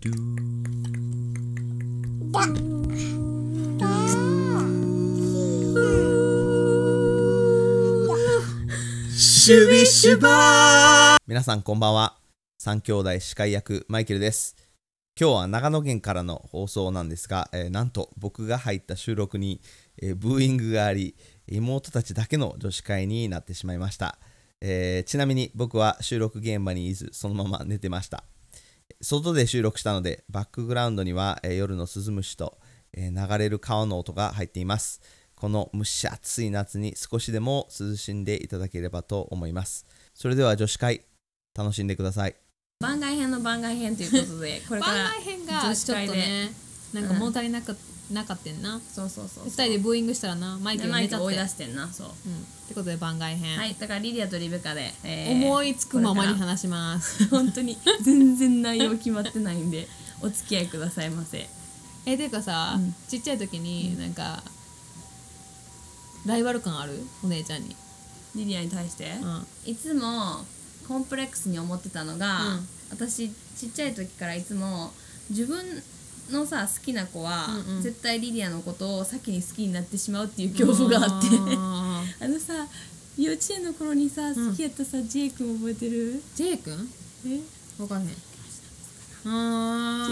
ドゥだだシュビシュバー皆さんこんばんは三兄弟司会役マイケルです今日は長野県からの放送なんですが、えーなんと僕が入った収録に、えーブーイングがあり妹たちだけの女子会になってしまいました、えーちなみに僕は収録現場にいずそのまま寝てました外で収録したのでバックグラウンドには、えー夜のスズムシと、えー流れる川の音が入っていますこの蒸し暑い夏に少しでも涼しんでいただければと思いますそれでは女子会楽しんでください番外編の番外編ということ でこれか番ら外編が女ち子ょっ会とでねなんか物足りなか,、なかったんなそうそうそう二人でブーイングしたらなマイケルマ寝イちゃクって追い出してんなそう、うん、ってことで番外編、はいだからリリアとリベカで、えー思いつくままにこれか話しますら本当に全然内容決まってないんでお付き合いくださいませえていうかさ、うんちっちゃい時になんか、ライバル感あるお姉ちゃんにリリアに対して、んいつもコンプレックスに思ってたのが、うん私ちっちゃい時からいつも自分のさ好きな子は、うんうん絶対リリアのことを先に好きになってしまうっていう恐怖が あってあーあのさ幼稚園の頃にさん好きやったさ、ジェイ君覚えてる J 君え分からへんあ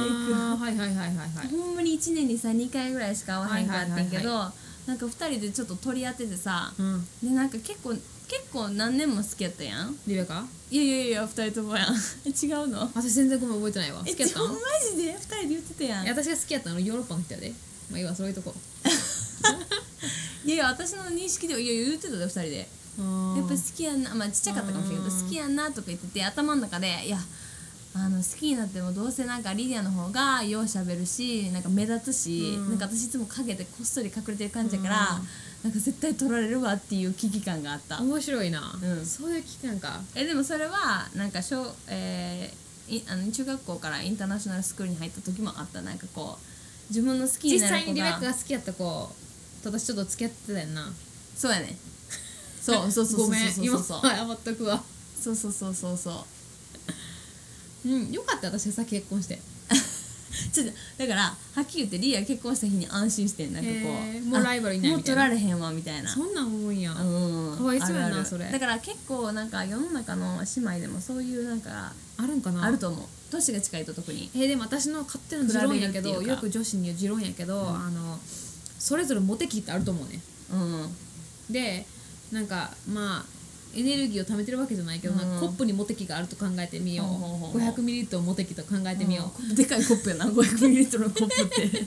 ーはいはいはいはいはいほんまに1年にさ2回ぐらいしか会わへんかったんけど、はいはいはなんか2人でちょっと取り合っててさ、うんでなんか結構結構何年も好きやったやんリベカいやいやいや2人ともやん え違うの私全然ごめん覚えてないわ好えきやったんちょマジで2人で言ってたやんいいやや私が好きやったのヨーロッパの人やでまあ今そういうとこいや私の認識ではいやいや言ってたで2人でややっぱ好きやなまあちっちゃかったかもしれないけど好きやなとか言ってて頭の中でいやあの好きになってもどうせなんかリディアの方がようしゃべるしなんか目立つし、なんか私いつも陰でこっそり隠れてる感じやから、なんか絶対取られるわっていう危機感があった、面白いな、うんそういう期間かえでもそれはなんか小、えーいあの中学校からインターナショナルスクールに入った時もあったなんかこう自分の好き実になる際子にリベッがクが好きやった子と私ちょっと付き合ってたやんなそうやねそうそうそうそうごめんそう今そう謝っとくわそうそうそうそうそううんよかった私がさ結婚してちょっとだからはっきり言ってリーが結婚した日に安心してんなんかこへーうもうライバルいないあもうみたい取なられへんわみたいなそんなん思うんや、うんかわいそうやなあるあるそれだから結構なんか世の中の姉妹でもそういうなんかあるんかなあると思う年が近いと特にえーでも私の勝手な持論やけ比べるっどていうかよく女子に言う持論やけど、あのそれぞれモテ期ってあると思うねうんでなんかまあエネルギーを貯めてるわけじゃないけど、なんかコップにモテ期があると考えてみよう、ほうほうほうほう500ミリリットルモテ期と考えてみよう、でかいコップやな 500ml のコップ って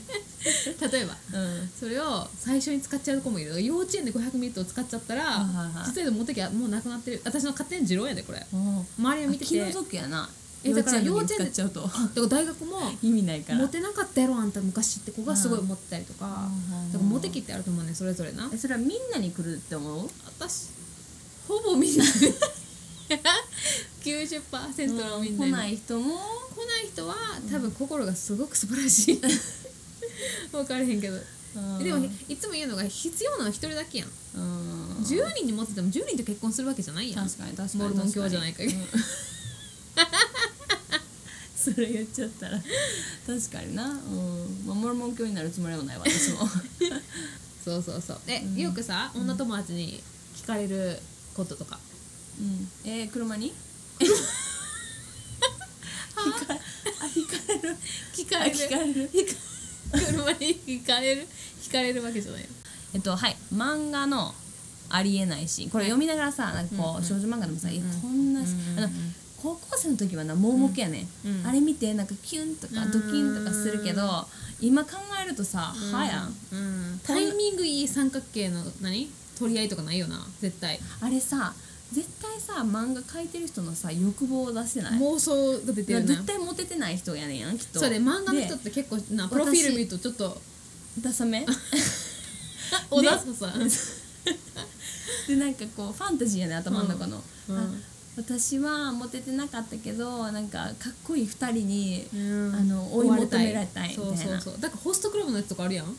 例えばうんそれを最初に使っちゃう子もいる幼稚園で500ミリを使っちゃったらいはいはい実際で持ってきゃもうなくなってる私の勝手に持論やでこれ周りを見て気ての毒やなえだから幼幼稚稚園園で使っちゃうと だから大学も意味ないからモテなかったやろあんた昔って子がすごい持ってたりとかうんだからモテ期ってあると思うねそれぞれなえそれはみんなに来るって思う私ほぼみんな90%のみんな来にない人も来ない人は多分心がすごく素晴らしい分からへんけどうんでもいつも言うのが必要なのは一人だけやんうん10人に持ってても10人と結婚するわけじゃないやん確かに確かにモルモン教じゃないか確にうん それ言っちゃったら確かにな、うんまあ、モルモン教になるつもりはないわ私 もそうそうそうで、よくさ女友達に聞かれることとかうんえー、車に聞かれる聞かれる 車に聞かれる聞かれるわけじゃないよえっとはい漫画のありえないしこれ読みながらさなんかこう、少女漫画でもさ、いやこんなし、あの高校生の時はな盲目やね、んあれ見てなんかキュンとかドキンとかするけど今考えるとさ、はやんうんタイミングいい三角形の何取り合いとかないよな絶対あれさ絶対さ漫画描いてる人のさ欲望を出せない妄想が出てるな絶対モテてない人やねんやんきっとそうで漫画の人っでて結構な私プロフィール見るとちょっとダサ め小田さんでなんかこうファンタジーやねん頭の中の、うんあうん私はモテてなかったけどなんかかっこいい2人に、うんあの追い求められたいみたいそうなそうそうだからホストクラブのやつとかあるやんあ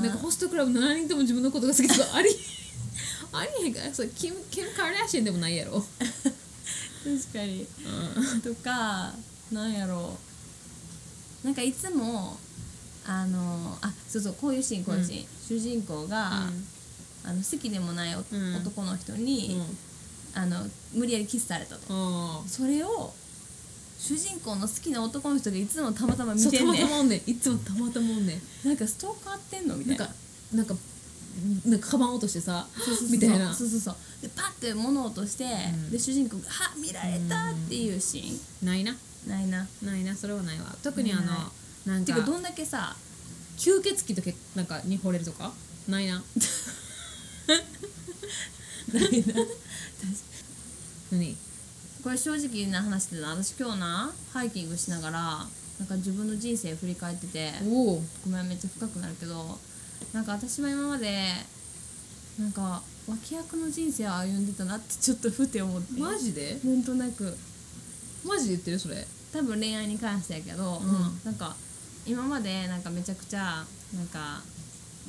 ーなんかホストクラブの何人でも自分のことが好き とかありありへんからそれキムキム・カーダシアンでもないやろ確かにとかなんやろうなんかいつもあのあそうそうこういうシーンこういうシーン、主人公が、あの好きでもないお、うん男の人に、あの無理やりキスされたと、それを主人公の好きな男の人がいつもたまたま見そうてたんまねたんまおんねんいつもたまたまおんねんなんかストーカーってんのみたないんなかなんかなんかカバン落としてさそうそうそうみたいなそうそうそうでパッて物を落として、で主人公が「は見られた!」っていうシーン、ないなないなないなそれはないわ特にあのないなんてかいうかどんだけさ吸血鬼とけなんかに惚れるとかないなない な何これ正直な話でな私今日なハイキングしながらなんか自分の人生振り返ってておおごめんめっちゃ深くなるけどなんか私は今までなんか脇役の人生を歩んでたなってちょっとふて思ってマジでなんとなくマジで言ってるそれ多分恋愛に関してやけど、んなんか今までなんかめちゃくちゃなんか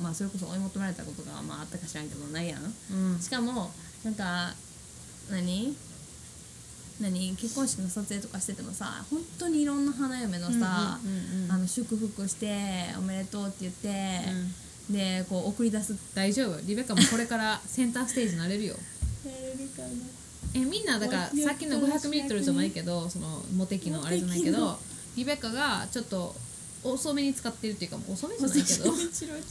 まあそれこそ追い求められたことがまああったか知らんけどないやんうんしかもなんか何何結婚式の撮影とかしててもさ本当にいろんな花嫁のさうんうんうんうんあの祝福しておめでとうって言って、でこう送り出す大丈夫リベカもこれからセンターステージになれるよえみんなだからもうさっきの 500m じゃないけどそのモテ期のあれじゃないけどリベカがちょっと遅めに使ってるっていうか遅めじゃないけど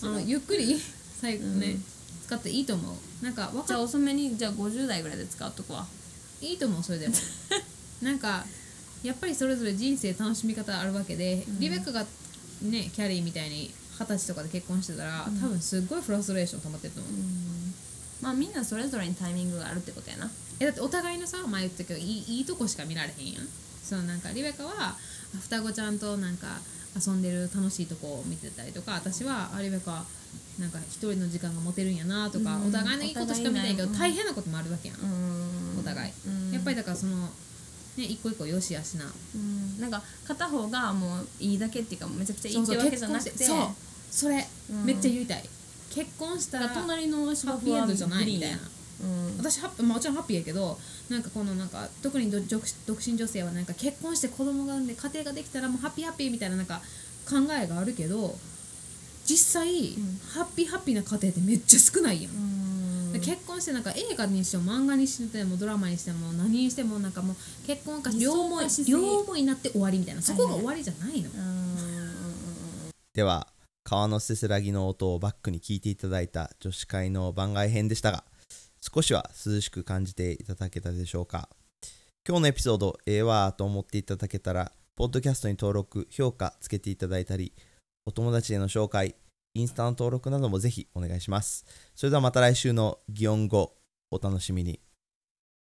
あのゆっくり最後ね、使っていいと思うなんかわじゃかあ遅めにじゃあ50代ぐらいで使うとこはいいと思うそれ でもなんかやっぱりそれぞれ人生楽しみ方あるわけで、リベカがねキャリーみたいに二十歳とかで結婚してたら、多分すっごいフラストレーション溜まってると思う、まあみんなそれぞれにタイミングがあるってことやなえだってお互いのさ前言ったけどいいいいとこしか見られへんやんそのなんかリベカは双子ちゃんとなんか遊んでる楽しいとこを見てたりとか私はあリベカなんか一人の時間が持てるんやなとか、うんお互いのいいことしか見てないけおど互大変なこともあるわけやん、うんお互い、うんやっぱりだからそのね一個一個よしやしなうんなんか片方がもういいだけっていうかめちゃくちゃいいってわけじゃなくてそうそれ、うんめっちゃ言いたい結婚しただらから隣のハ芝ッピ生ーエはンドじゃなグいリーみンたいやなうん私ハッピーまあもちろんハッピーやけどなんかこのなんか特にど独独身女性はなんか結婚して子供が産んで家庭ができたらもうハッピーハッピーみたいななんか考えがあるけど実際、んハッピーハッピーな家庭ってめっちゃ少ないやん、うんで結婚してなんか映画にしても漫画にしてもドラマにしても何にしてもなんかもう結婚か両思い理想化しすぎ両思いになって終わりみたいなそこがはいはい終わりじゃないの、では川のせせらぎの音をバックに聞いていただいた女子会の番外編でしたが少しは涼しく感じていただけたでしょうか今日のエピソードええわーと思っていただけたらポッドキャストに登録評価つけていただいたりお友達への紹介インスタの登録などもぜひお願いしますそれではまた来週の擬音語お楽しみに